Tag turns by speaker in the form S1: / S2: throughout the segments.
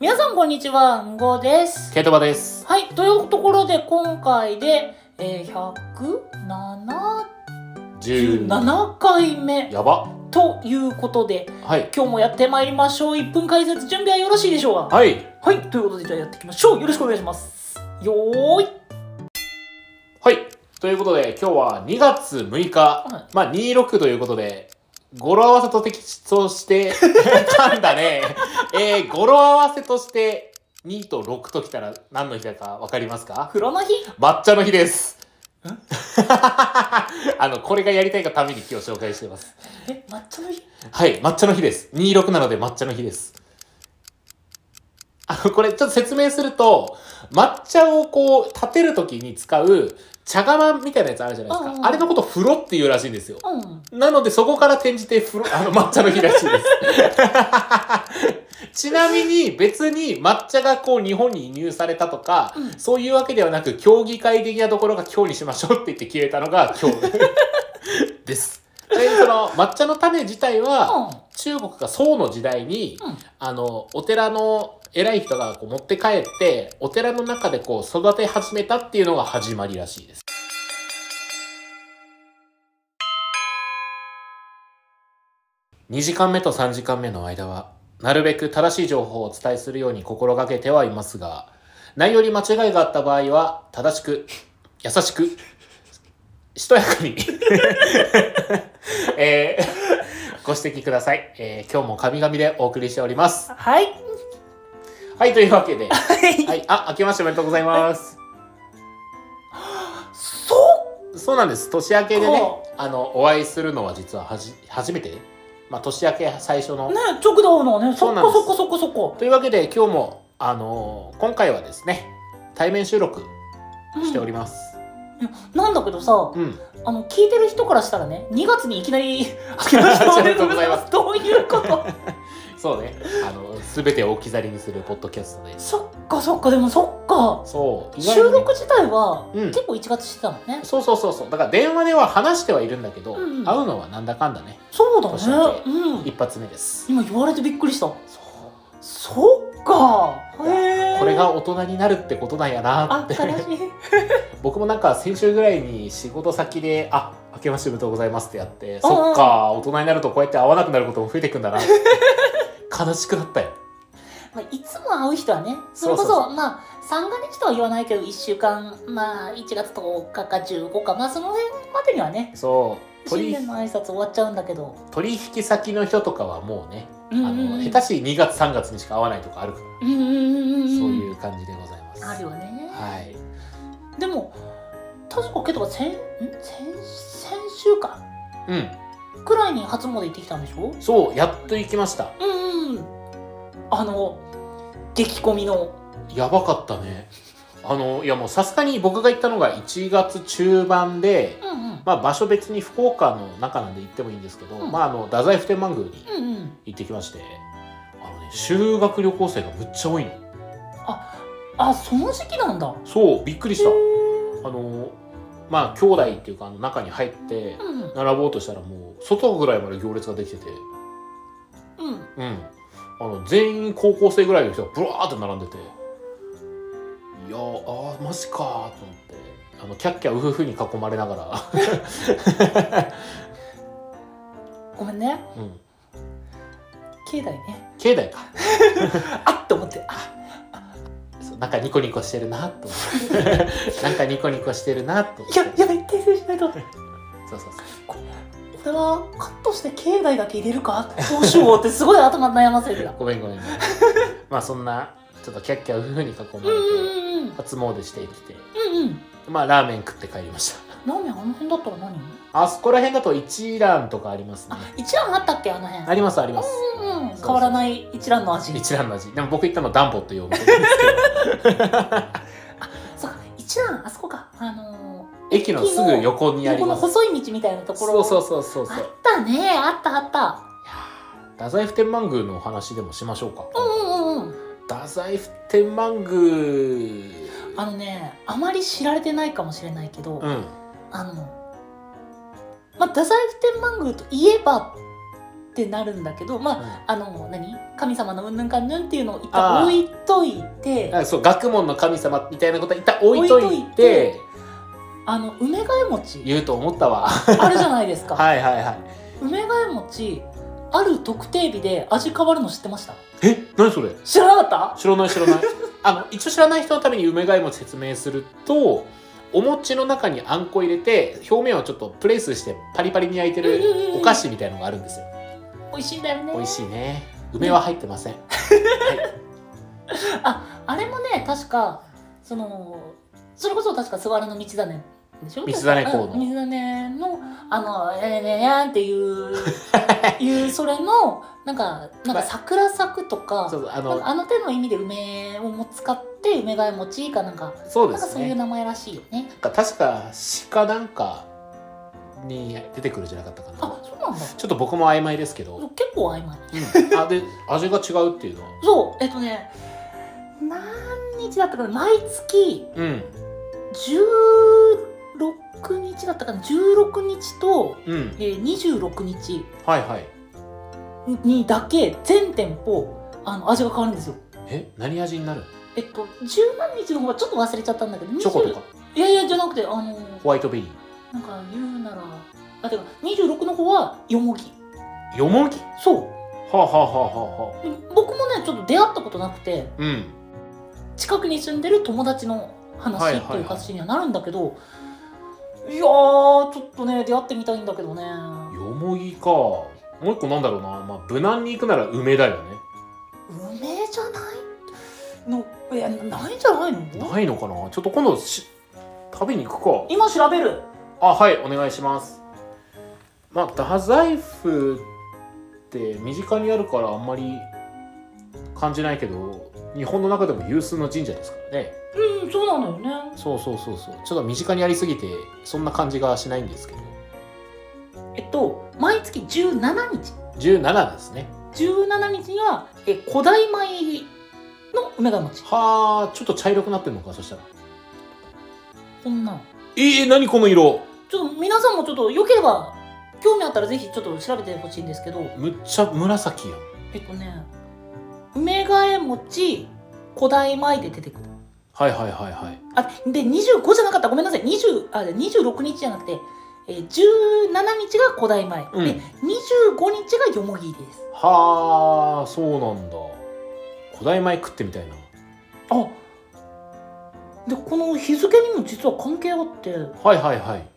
S1: 皆さんこんにちは、んごです。
S2: ケイトバです。
S1: はい、というところで今回で、えー、177回目
S2: やば。
S1: ということで、
S2: はい。
S1: 今日もやってまいりましょう。1分解説準備はよろしいでしょうか
S2: はい。
S1: はい、ということでじゃあやっていきましょう。よろしくお願いします。よーい。
S2: はい。ということで、今日は2月6日、
S1: は
S2: まあ26ということで、語呂合わせと的として、 噛んだね。えー、語呂合わせとして、2と6ときたら何の日だかわかりますか
S1: 風呂の日
S2: 抹茶の日です。 あの、これがやりたいがために今日紹介してます。
S1: え、抹茶の日
S2: はい、抹茶の日です。26なので抹茶の日です。あの、これちょっと説明すると、抹茶をこう、立てるときに使う茶釜みたいなやつあるじゃないです
S1: うん
S2: か。
S1: うん
S2: あれのこと風呂っていうらしいんですよ。
S1: うん。
S2: なので、そこから転じて風 呂、あの、抹茶の日らしいです。 ちなみに、別に抹茶がこう、日本に移入されたとか、
S1: うん
S2: そういうわけではなく、競技会的なところが今日にしましょうって言って決めたのが今日 です。ちなみにその、抹茶の種自体は、
S1: うん。
S2: 中国が宋の時代に、
S1: うん
S2: あの、お寺の偉い人がこう持って帰って、お寺の中でこう育て始めたっていうのが始まりらしいです。2時間目と3時間目の間は、なるべく正しい情報をお伝えするように心がけてはいますが、内容に間違いがあった場合は、正しく、優しく、しとやかに、 えーご指摘ください。えー今日も神々でお送りしております。
S1: はい。
S2: はい、というわけ で、
S1: はい。
S2: はい、あ、明けましておめでとうございます。
S1: そう
S2: そうなんです。年明けでね
S1: こ、
S2: あの、お会いするのは実ははじ、初めてまあ、年明け最初の
S1: ね、直で会うのはね、そ
S2: そう
S1: っ
S2: な
S1: か
S2: んで
S1: そ
S2: す
S1: っかそっかそっか。
S2: というわけで今日もあのー今回はですね対面収録しております
S1: うんなんだけどさ、
S2: うん、
S1: あの聞いてる人からしたらね、2月にいきな り明けましておめでとうございます。どういうこと？
S2: そうねあの全てを置き去りにするポッドキャストです
S1: そっかそっかでもそっか。
S2: そう意外にね
S1: 収録自体は、
S2: うん
S1: 結構1月してたもんね。
S2: そうそうそうそうだから電話では話してはいるんだけど、
S1: うんうん
S2: 会うのはなんだかんだね
S1: そうだ
S2: 年明
S1: ね。
S2: け
S1: うん。
S2: 一発目です
S1: 今言われてびっくりした。
S2: そう
S1: そっか。へえ。
S2: これが大人になるってことなんやな
S1: あ
S2: って
S1: 悲し い。
S2: 僕もなんか先週ぐらいに仕事先で「あ明けましておめでとうございます」ってやって
S1: うんうん
S2: そっか大人になるとこうやって会わなくなることも増えてくん だなって悲しくなったよ
S1: まあ、いつも会う人はねそれこそ
S2: そうそ
S1: まあ三が日とは言わないけど1週間まあ1月10日か15日まあその辺までにはね
S2: そう
S1: 新
S2: 取り
S1: 年の挨拶終わっちゃうんだけど、
S2: 取引先の人とかはもうね、
S1: うんうん
S2: あ
S1: う
S2: の
S1: ん、
S2: 下手し2月3月にしか会わないとかあるから、
S1: うんうんうんうん
S2: そういうう感じでございます。
S1: あるよね
S2: はい、
S1: でも確かけど先ん先先週か
S2: うん、
S1: くらいに初詣行ってきたんでしょ
S2: そうやっと行きました。
S1: うんうんあの激混みの
S2: やばかったね。あのいやもうさすがに僕が行ったのが1月中盤で、
S1: うんうん
S2: まあ場所別に福岡の中なんで行ってもいいんですけど、
S1: うん
S2: まああの太宰府天満宮に
S1: うんうん
S2: 行ってきまして、あのね修学旅行生がむっちゃ多いの。
S1: あその時期なんだ
S2: そうびっくりした
S1: へ。ー
S2: あのまあ兄弟っていうかあの中に入って。
S1: うんうん
S2: 並ぼうとしたらもう外ぐらいまで行列ができてて、
S1: うん
S2: うん、あの全員高校生ぐらいの人がブワーって並んでていやーあーマジかーと思ってあのキャッキャウフフに囲まれながら、
S1: ごめんね
S2: うん、
S1: 境内ね
S2: 境内か
S1: あっと思ってあ
S2: そうなんかニコニコしてるなと思って なんかニコニコしてるなと思って
S1: ややばい訂正しないとこ
S2: そうそうそう
S1: れはカットして境内だけ入れる かどうしようってすごい頭悩ませるよ
S2: ごめん ごめんごめんまあそんなちょっとキャッキャウフフに囲ま
S1: うんう
S2: れ
S1: んう
S2: て
S1: んうん
S2: 初詣してきて
S1: うんうん
S2: まあラーメン食って帰りました
S1: ラーメンあの辺だったら何
S2: あそこら辺だと一蘭とかありますね
S1: あ一蘭あったっけあの辺
S2: ありますあります
S1: うんうん変わらない一蘭の味
S2: 一蘭の味でも僕行ったのダンボっていうお店なんです
S1: そうか一蘭あそこかあの
S2: けど駅のすぐ横にあ
S1: ー、
S2: り
S1: この
S2: ます
S1: 細い道みたいなとこ
S2: そう
S1: ろ
S2: そううそうそうそうい
S1: あ
S2: や
S1: ったねあったあった
S2: ー太宰府天満宮のお話でもしましょうか、
S1: うんうんうん
S2: 太宰府天満宮
S1: あのねあまり知られてないかもしれないけど、
S2: うん
S1: あの、まあ、太宰府天満宮といえばっってなるんだけどまああ
S2: う
S1: の何神様のうんぬんかんぬんっていうのを一旦置いといて
S2: んあそう学問の神様みたいなことは一旦置いといて
S1: あの梅替え餅
S2: 言うと思ったわ
S1: あるじゃないです か、
S2: はいはいはい
S1: 梅替え餅ある特定日で味変わるの知ってました
S2: え何それ
S1: 知らなかっ
S2: 知らない知らない あの一応知らない人のために梅替え餅説明するとお餅の中にあんこ入れて表面をちょっとプレスしてパリパリに焼いてる
S1: うんうんうん
S2: お菓子みたいのがあるんですよ
S1: た美味しいんだよね
S2: 美味しいね梅は入ってません
S1: あれもね確かそのそれこそ確か諏訪の道だねでしょ
S2: 道真公の
S1: うん道真のあの「えー、ねやん」っていういうそれのなんかなんか桜咲くとか
S2: そうあ
S1: なん
S2: の
S1: かあの手の意味で梅をも使って梅替え餅かなんか、
S2: そう
S1: な
S2: で
S1: んか
S2: す
S1: そういう
S2: ね
S1: 名前らしいよね。
S2: なんか確か鹿なんかに出てくるんじゃなかったか
S1: あ
S2: な、
S1: そうなんだ。
S2: ちょっと僕も曖昧ですけど、
S1: 結構曖昧。
S2: うんあで味が違うっていうのは
S1: そう、えっとね、何日だったかな、毎月
S2: うん
S1: 16日だったかな、16日と、
S2: うん
S1: えー、26日
S2: はいはい
S1: にだけ全店舗あの味が変わるんですよ。
S2: え何味になる
S1: えっと、10何日の方はちょっと忘れちゃったんだけど、
S2: チョコとか
S1: 20いやいや、じゃなくて、あのー、
S2: ホワイトベリ
S1: なんか言うなら、あ、てか、26の方はよもぎ。
S2: ーよもぎ
S1: そう。
S2: はあ、はあはあはあはあ、
S1: で僕もねちょっと出会ったことなくて
S2: うん
S1: 近くに住んでる友達の
S2: はいはい
S1: 話
S2: はい
S1: という形にはなるんだけど、いやーちょっとね出会ってみたいんだけどね
S2: よもぎかもう一個なんだろうな、まあ、無難に行くなら梅だよね
S1: 梅じゃないのいやないんじゃないの
S2: ないのかなちょっと今度し食べに行く
S1: 今調べる
S2: かあはいお願いしますまあ太宰府って身近にあるからあんまり感じないけど日本の中でも有数の神社ですからね
S1: うんそうなのよね
S2: そうそうそうそうちょっと身近にありすぎてそんな感じがしないんですけど
S1: えっと毎月17日
S2: 17ですね
S1: 17日にはえ古代米入りの梅が餅
S2: はあちょっと茶色くなってるのかそしたら
S1: こんな
S2: えー、何この色
S1: ちょっと皆さんもちょっとよければ興味あったらぜひちょっと調べてほしいんですけど
S2: むっちゃ紫やん
S1: えっとね梅替え餅古代米で出てくる
S2: はいはいはいはい
S1: あで25じゃなかったごめんなさい20あ26日じゃなくて、えー17日が古代米、
S2: うん
S1: で25日がよもぎです
S2: はあそうなんだ古代米食ってみたいな
S1: あでこの日付にも実は関係あって
S2: はいはいはい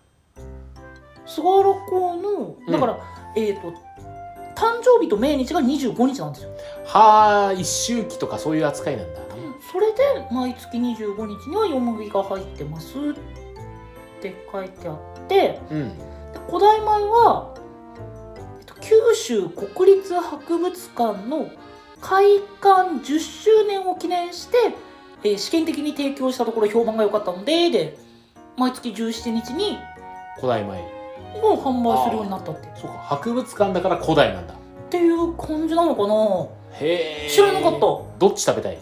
S1: 菅原公
S2: うん
S1: のだから、えっ、と誕生日と命日が25日なんですよ
S2: はあ一周期とかそういう扱いなんだね
S1: それで毎月25日にはよもぎが入ってますって書いてあって
S2: うん
S1: で古代米は、えっと、九州国立博物館の開館10周年を記念して、えー試験的に提供したところ評判が良かったのでで毎月17日に
S2: 古代米
S1: もう販売するようになったってっ
S2: そうか博物館だから古代なんだ
S1: ていう感じなのかな
S2: へえ
S1: 知らなかった
S2: どっち食べたい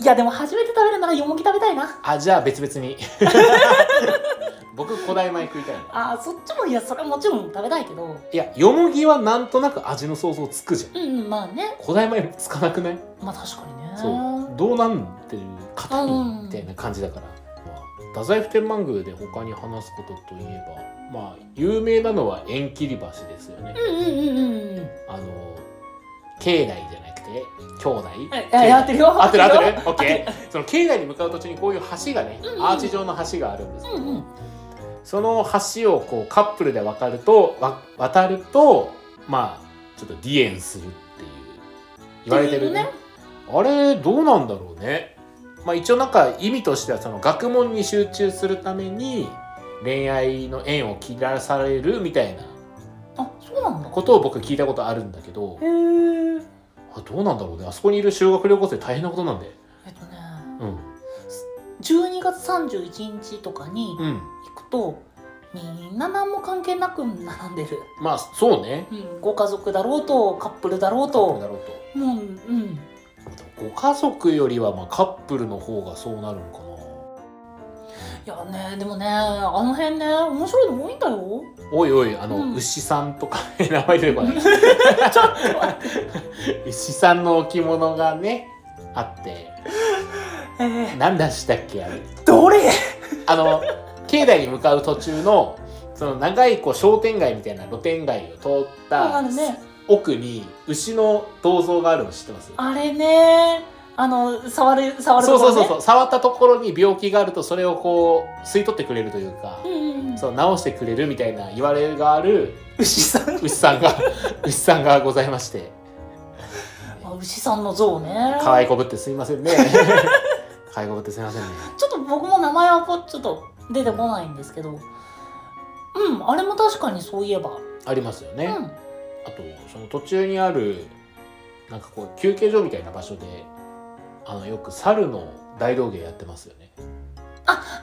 S1: いやでも初めて食べるならよもぎ食べたいな
S2: あじゃあ別々に 僕古代米食いたいな
S1: あーそっちもいやそれはもちろん食べたいけど
S2: いやよもぎはなんとなく味の想像つくじゃん
S1: うんうんまあね
S2: 古代米つかなくない
S1: まあ確かにね
S2: そうどうなんていう硬い
S1: うん
S2: みたいな感じだから、まあ、太宰府天満宮で他に話すことといえばまあ有名なのは縁切り橋ですよね、
S1: うんうんうんうんうん
S2: あの境内じゃなくて兄弟
S1: ええ合ってるよ
S2: 合ってる合ってる
S1: よ
S2: オッケーその境内に向かう途中にこういう橋がね、
S1: うんうん
S2: アーチ状の橋があるんですけど、
S1: うんうん
S2: その橋をこうカップルで渡るとわ渡るとまあちょっと離縁するっていう言われてるねあれどうなんだろうね、まあ、一応なんか意味としてはその学問に集中するために恋愛の縁を切らされるみたいな
S1: あそうなんだ
S2: ことを僕聞いたことあるんだけど
S1: へえ。
S2: あどうなんだろうねあそこにいる修学旅行生大変なことなんで
S1: えっとね、
S2: うん
S1: 12月31日とかに
S2: うん
S1: 行くと、みんな何も関係なく並んでる。
S2: まあそうね
S1: うん、ご家族だろうとカップルだろう
S2: どう
S1: と、
S2: だろうと
S1: もううん。
S2: ご家族よりはまあカップルの方がそうなるのかない
S1: やねでもねあの辺ね面白いの多いんだよ
S2: おいおいあの、
S1: うん
S2: 牛さんとか名前出てこ ない牛さんの置物がねあって
S1: えー、
S2: 何だしたっけあれ
S1: どれ
S2: あの境内に向かう途中のその長いこう商店街みたいな露店街を通っ
S1: あ
S2: た
S1: るね
S2: 奥に牛の銅像があるの知ってます
S1: あれねあの触る触る
S2: そうそうそう
S1: そ
S2: そう触ったところに病気があるとそれをこう吸い取ってくれるというか、
S1: う,、うんうん、
S2: そう治してくれるみたいな言われがある
S1: 牛さん
S2: 牛さん が牛さんがございまして
S1: あ牛さんの像ね
S2: 可愛いこぶってすみませ んね可愛いこぶってすみませんね
S1: ちょっと僕も名前はぽちょっと出てこないんですけどうんあれも確かにそういえば、
S2: ありますよね、
S1: うん
S2: あとその途中にあるなんかこう休憩所みたいな場所であのよく猿の大道芸やってますよね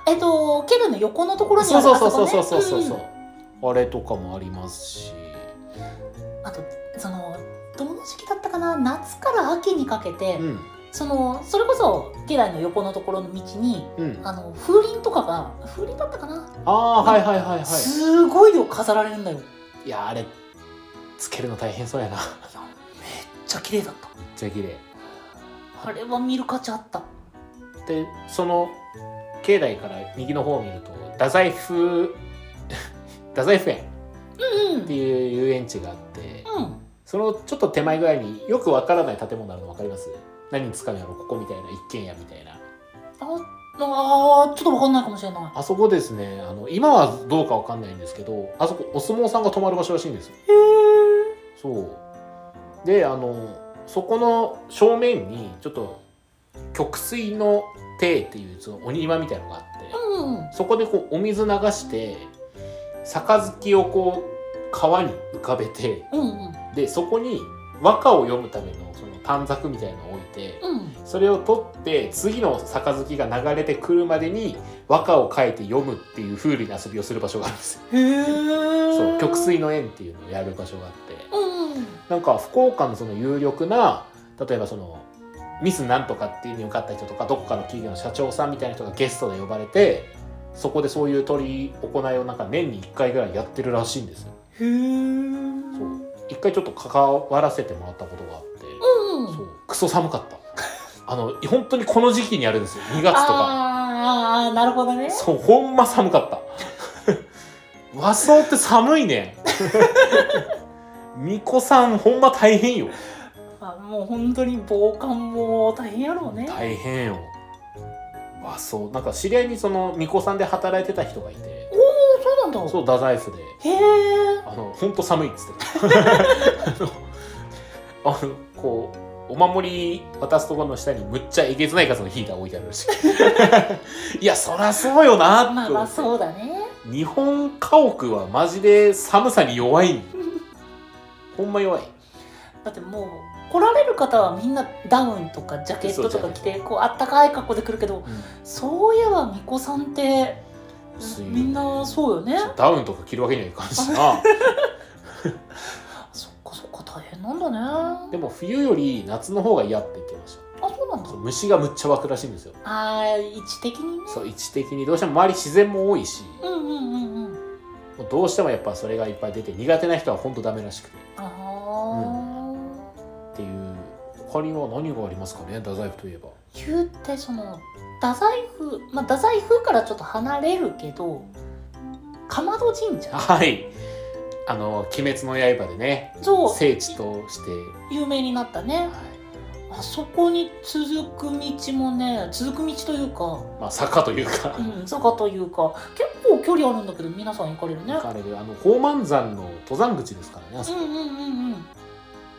S1: えっとケルの横のところにあ
S2: そう
S1: る
S2: そうそうそうそうそう
S1: あ
S2: そ
S1: こ
S2: う
S1: ね
S2: あれとかもありますし
S1: うんあとそのどの時期だったかな夏から秋にかけて、
S2: うん
S1: そのそれこそ家来の横のところの道に
S2: うん
S1: あの風鈴とかが風鈴だったかな、
S2: ああはいはいはいはい
S1: すごい量飾られるんだよめっ
S2: いやあれつけるの大変そうやな めっ
S1: ちゃ綺麗だった
S2: ちゃ綺麗
S1: あれは見る価値あった
S2: でその境内から右の方を見ると太宰府 太宰府園
S1: うん
S2: っていう遊園地があって
S1: うん
S2: そのちょっと手前ぐらいによくわからない建物あるの分かります何に使うやろここみたいな一軒家みたいな
S1: ああーちょっと分かんないかもしれない
S2: あそこですねあの今はどうかわかんないんですけどあそこお相撲さんが泊まる場所らしいんですよ
S1: へえ
S2: そうであのそこの正面にちょっと極水の亭っていうそのお庭みたいのがあって、
S1: うん
S2: そこでこうお水流して杯をこう川に浮かべて
S1: うんうん
S2: でそこに和歌を読むためのその短冊みたいのを置いて
S1: うん
S2: それを取って次の杯が流れてくるまでに和歌を書いて読むっていう風類な遊びをする場所があるんですよ。
S1: へえ
S2: そう曲水の縁っていうのをやる場所があって
S1: うんうん
S2: なんか福岡のその有力な例えばそのミスなんとかっていうに受かった人とかどこかの企業の社長さんみたいな人がゲストで呼ばれてそこでそういう取り行いをなんか年に1回ぐらいやってるらしいんですよ。
S1: へえうん
S2: そう一回ちょっと関わらせてもらったことがあって、そうクソ寒かった あの本当にこの時期にやるんですよ2月とか
S1: ああなるほどね
S2: そうほんま寒かった 和装って寒いね巫女さん ほんま大変よ
S1: あもう本当に防寒も大変やろうね
S2: 大変よ和装なんか知り合いにその巫女さんで働いてた人がいて
S1: おおそうなんだ
S2: そう太宰府で
S1: へえ
S2: あの本当寒いっつってた あのあのこうお守り渡すところの下にむっちゃえげつない数のヒーター置いてあるらし いいやそりゃそうよな
S1: まあ
S2: って
S1: ま
S2: 思
S1: あ
S2: って
S1: そうだね
S2: 日本家屋はマジで寒さに弱いんほんま弱い
S1: だってもう来られる方はみんなダウンとかジャケットとか着てこうあったかい格好で来るけどそういえば巫女さんって
S2: すいません
S1: みんなそうよね
S2: ダウンとか着るわけにはいかんし な
S1: そっかそっか大変なんだねあ
S2: でも冬より夏の方が嫌って言ってました
S1: そうなんだ
S2: そう虫がむっちゃ湧くらしいんですよ
S1: ああ位置的にね
S2: そう位置的にどうしても周り自然も多いし
S1: うんうんうんうん
S2: もうどうしてもやっぱそれがいっぱい出て苦手な人はほんとダメらしくて
S1: ああ
S2: っていう他には何がありますかね太宰府といえば
S1: 言うてその太宰府まあ太宰府からちょっと離れるけどかまど神社
S2: はいあの「鬼滅の刃」でね
S1: そう
S2: 聖地として、
S1: 有名になったね
S2: はい
S1: あそこに続く道もね続く道というか、
S2: まあ、坂というか
S1: うん、坂というか結構距離あるんだけど皆さん行かれるね
S2: 行かれるあの宝満山の登山口ですからねあ
S1: う
S2: そ
S1: ん
S2: こ
S1: うんうんうん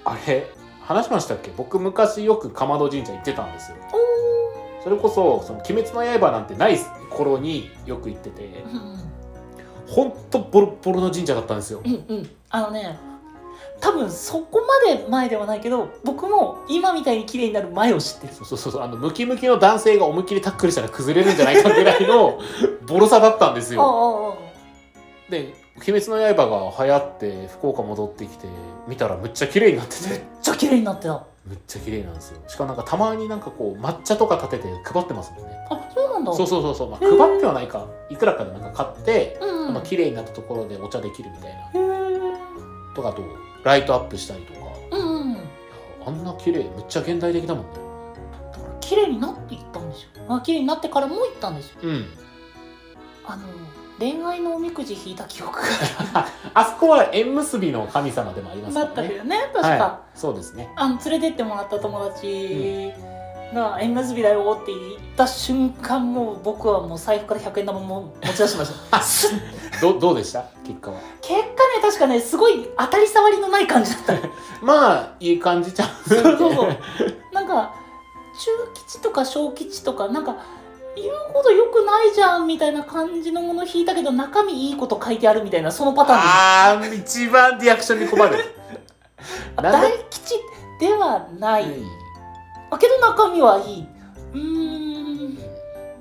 S2: あれ話しましたっけ僕昔よく竈門神社行ってたんですよそれこそ「その鬼滅の刃」なんてない頃によく行ってて
S1: うんうん
S2: ほんとボロボロの神社だったんですよ
S1: うんうんあのね多分そこまで前ではないけど僕も今みたいに綺麗になる前を知ってる
S2: そうそうそうそうあのムキムキの男性が思いっきりタックルしたら崩れるんじゃないかぐらいのボロさだったんです
S1: あ
S2: よ
S1: あああ
S2: で「鬼滅の刃」が流行って福岡戻ってきて見たらむっちゃ綺麗になって
S1: めってちゃ綺麗になってた
S2: むっちゃ綺麗なんですよしかもなんかたまになんかこう抹茶とか立てて配ってますもんね
S1: あそうなんだ
S2: そうそうそうそう、まあ、
S1: へー
S2: 配ってはないかいくらかでなんか買って、
S1: うん、
S2: まあ綺麗になったところでお茶できるみたいな
S1: へー
S2: とかあとライトアップしたりとかいや
S1: うんうん
S2: あんな綺麗めっちゃ現代的だもんね
S1: だから綺麗になっていったんですよあ綺麗になってからも行ったんですよ
S2: うん
S1: あの恋愛のおみくじ引いた記憶が
S2: あそこは縁結びの神様でもあります
S1: だ
S2: よ
S1: った
S2: ね
S1: よね確か、
S2: はい、そうですね
S1: あの連れてってもらった友達が「縁結びだよ」って言った瞬間もう僕はもう財布から100円玉も持ち出しましたす結
S2: どどうでした結果は
S1: 果ね確かねすごい当たり障りのない感じだった
S2: まあいい感じじゃん
S1: そうそうそうなんか中吉とか小吉とかなんか言うほど良くないじゃんみたいな感じのもの引いたけど中身いいこと書いてあるみたいなそのパターンです
S2: あー一番リアクションに困るなん
S1: 大
S2: で
S1: 吉ではない、
S2: うん
S1: あけど中身はいいうーん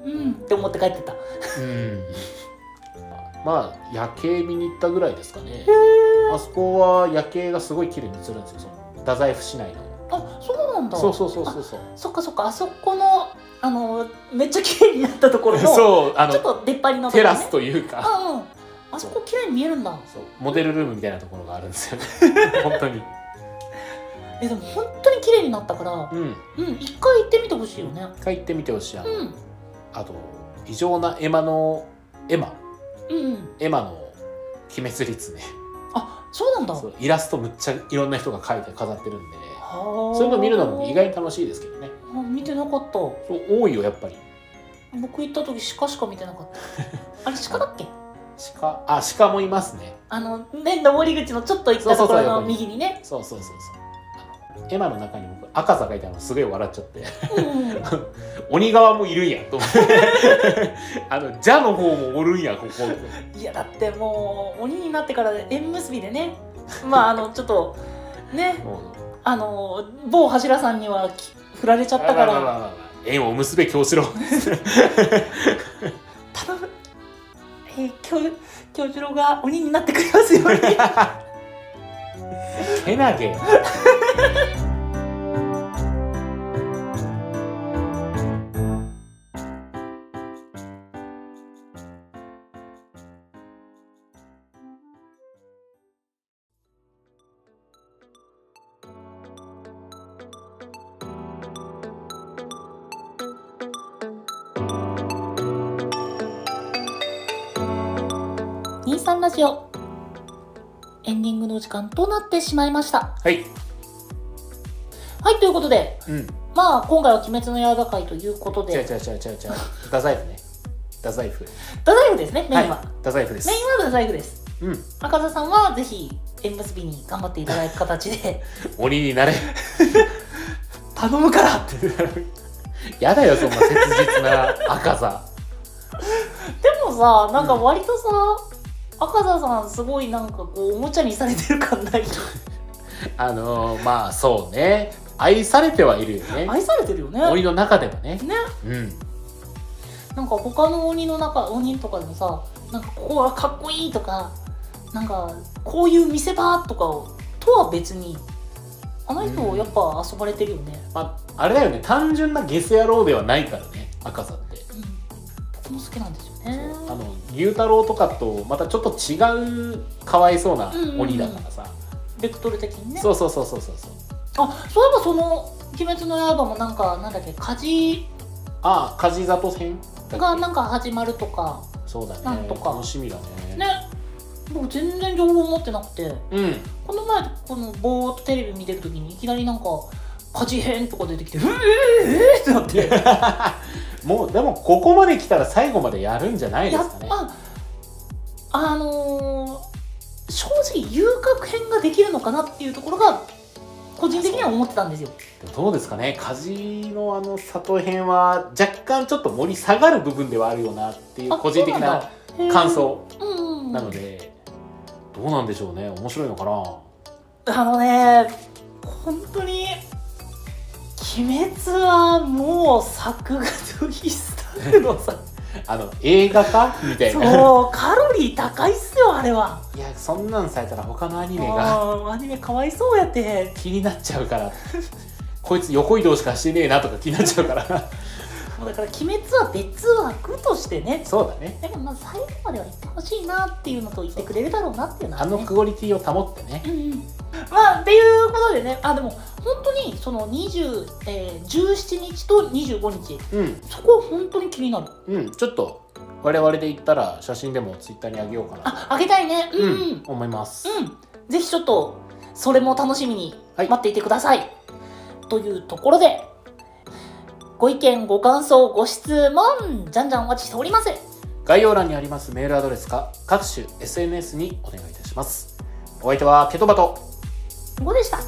S1: うんって思って帰ってたへ
S2: うんまあ夜景見に行ったぐらいですかね
S1: え
S2: あそこは夜景がすごい綺麗に映るんですよその太宰府市内の
S1: あそうなんだ
S2: そうそうそうそうそう
S1: そっかそっかあそこのあのめっちゃ綺麗になったところの
S2: そうあ
S1: ちょっ
S2: の
S1: と出っ張りのとこ
S2: テ
S1: ろ、
S2: ラ
S1: ね、
S2: スというか
S1: あうんあそこ綺麗に見えるんだ
S2: そうモデルルームみたいなところがあるんですよね 本当に
S1: えでも本当に綺麗になったから
S2: うん
S1: うん一回行ってみてほしいよね
S2: 一回行ってみてほしいあ
S1: う
S2: の
S1: ん
S2: あと異常なエマのエマ
S1: うんうん
S2: エマの鬼滅率ね
S1: あそうなんだ
S2: そうイラストむっちゃいろんな人が描いて飾ってるんで
S1: そ
S2: そういうの見るのも意外に楽しいですけどね
S1: 見てなかった
S2: そう多いよやっぱり
S1: 僕行った時鹿しか見てなかったあ れ鹿だっけ
S2: 鹿あ鹿もいますね
S1: あのね登り口のちょっと行ったところの右にね
S2: そうそうそうそうあのエマの中に僕赤坂いたのすごい笑っちゃって
S1: うん うん
S2: 鬼側もいるんやと思ってあの蛇の方もおるんやここ
S1: いやだってもう鬼になってから縁結びでねまああのちょっとね
S2: もう
S1: あの某柱さんにはき振られちゃったか
S2: あららら
S1: ら
S2: らら縁を結べ京四郎
S1: 頼むえー、京京次郎が鬼になってくれますように
S2: けなげ
S1: 23ラジオエンディングのお時間となってしまいました
S2: はい
S1: はいということで
S2: うん
S1: まあ今回は「鬼滅の刃」会ということ
S2: 違う違う違
S1: で
S2: う違う違う太宰府ね太宰府
S1: 太宰府ですねメインは、
S2: い太宰府です
S1: メインは太宰府です
S2: うん
S1: 赤座さんはぜひ縁結びに頑張っていただく形で
S2: 鬼になれ
S1: 頼むからって
S2: やだよそんな切実な赤座
S1: でもさなんか
S2: うん
S1: 割とさ、赤座さんすごいなんかこうおもちゃにされてる感ない
S2: あのー、まあそうね愛されてはいるよね
S1: 愛されてるよ ね
S2: 鬼の中でもね
S1: ね
S2: うん
S1: なんか他の鬼の中鬼とかでもさなんかここはかっこいいとかなんかこういう見せ場とかをとは別にあの人
S2: うん
S1: やっぱ遊ばれてるよね、
S2: まああれだよね単純なゲス野郎ではないからね赤座って
S1: うん、僕も好きなんですよね
S2: あの牛太郎とかとまたちょっと違うかわいそうな鬼だからさ、
S1: ベクトル的にね
S2: そうそうそうそうそうそう
S1: あそういえばその「鬼滅の刃」もなんかなんだっけ火事
S2: ああ梶里編だっけ
S1: がなんか始まるとか
S2: そうだね
S1: なんとか
S2: 楽しみだね
S1: ね僕全然情報持ってなくて
S2: うん
S1: この前このぼーっとテレビ見てる時にいきなりなんか火事編とか出てきて「えー、えー、えー、ってなって
S2: もうでもここまで来たら最後までやるんじゃないで
S1: や
S2: す
S1: っ
S2: かね
S1: ぱあのー正直遊郭編ができるのかなっていうところが個人的には思ってたんですよ
S2: どうですかね梶のあの里編は若干ちょっと盛り下がる部分ではあるよなっていう
S1: あ
S2: 個人的な
S1: そうなんだ
S2: 感想
S1: へーうんうん
S2: なのでどうなんでしょうね面白いのかな
S1: あのね、本当に、鬼滅はもう作画といいスタイルのさ、
S2: あの映画化みたいない
S1: そう、カロリー高いっすよ、あれは。
S2: やそんなんされたら他のアニメが
S1: うんアニメかわいそうやって。
S2: 気になっちゃうからこいつ横移動しかしてねえなとか気になっちゃうから
S1: だから「鬼滅」は別枠としてね
S2: そうだね
S1: だからまあ最後までは言ってほしいなっていうのと言ってくれるだろうなっていうのは
S2: あ
S1: ね
S2: のクオリティを保ってね
S1: うんうんまあっていうことでねあでも本当にその20、えー、17日と25日
S2: うん
S1: そこは本当に気になる
S2: うんちょっと我々で言ったら写真でもツイッターにあげようかな
S1: ああげたいねうんうん、うん
S2: 思います、
S1: ぜひちょっとそれも楽しみに
S2: はい
S1: 待っていてください、というところでご意見ご感想ご質問じゃんじゃんお待ちしております
S2: 概要欄にありますメールアドレスか各種 SNS にお願いいたしますお相手はケトバと
S1: ここでした